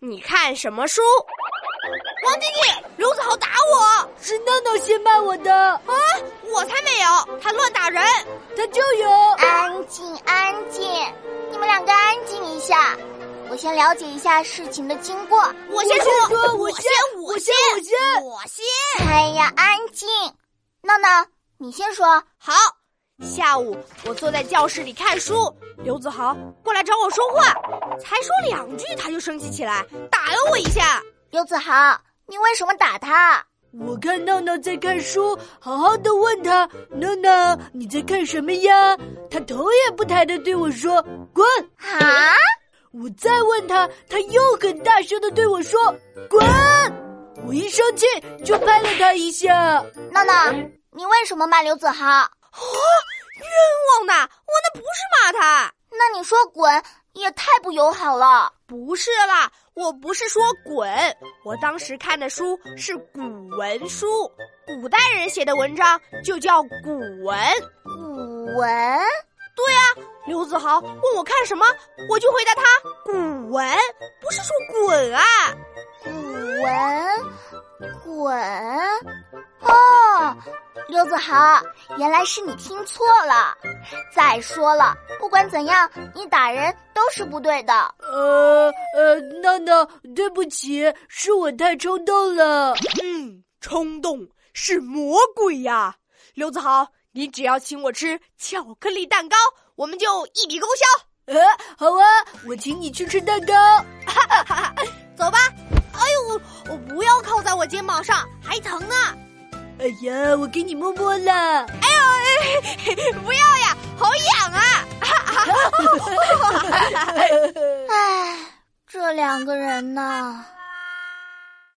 你看什么书？王经理，刘子豪打我！是闹闹先骂我的啊！我才没有，他乱打人。他就有。安静，安静，你们两个安静一下，我先了解一下事情的经过。我先说，我先，我先，我先。我先。哎呀，安静，闹闹，你先说。好，下午我坐在教室里看书，刘子豪过来找我说话，才说两句他就生气起来，打了我一下。刘子豪，你为什么打他？我看闹闹在看书，好好的问他：“闹闹，你在看什么呀？”他头也不抬的对我说：“滚！”啊！我再问他，他又很大声的对我说：“滚！”我一生气就拍了他一下。闹闹，你为什么骂刘子豪？冤枉呐！我那不是骂他，那你说滚也太不友好了。不是啦，我不是说滚，我当时看的书是古文书，古代人写的文章就叫古文。古文，刘子豪问我看什么，我就回答他古文，不是说滚啊。古文，滚。哦，刘子豪，原来是你听错了。再说了，不管怎样，你打人都是不对的。呃呃，闹闹，对不起，是我太冲动了。嗯，冲动是魔鬼呀、刘子豪，你只要请我吃巧克力蛋糕，我们就一笔勾销。呃，好啊，我请你去吃蛋糕。 走吧。哎呦，我不要靠在我肩膀上，还疼啊呢。哎呀，我给你摸摸啦。不要呀，好痒啊！唉，这两个人呐。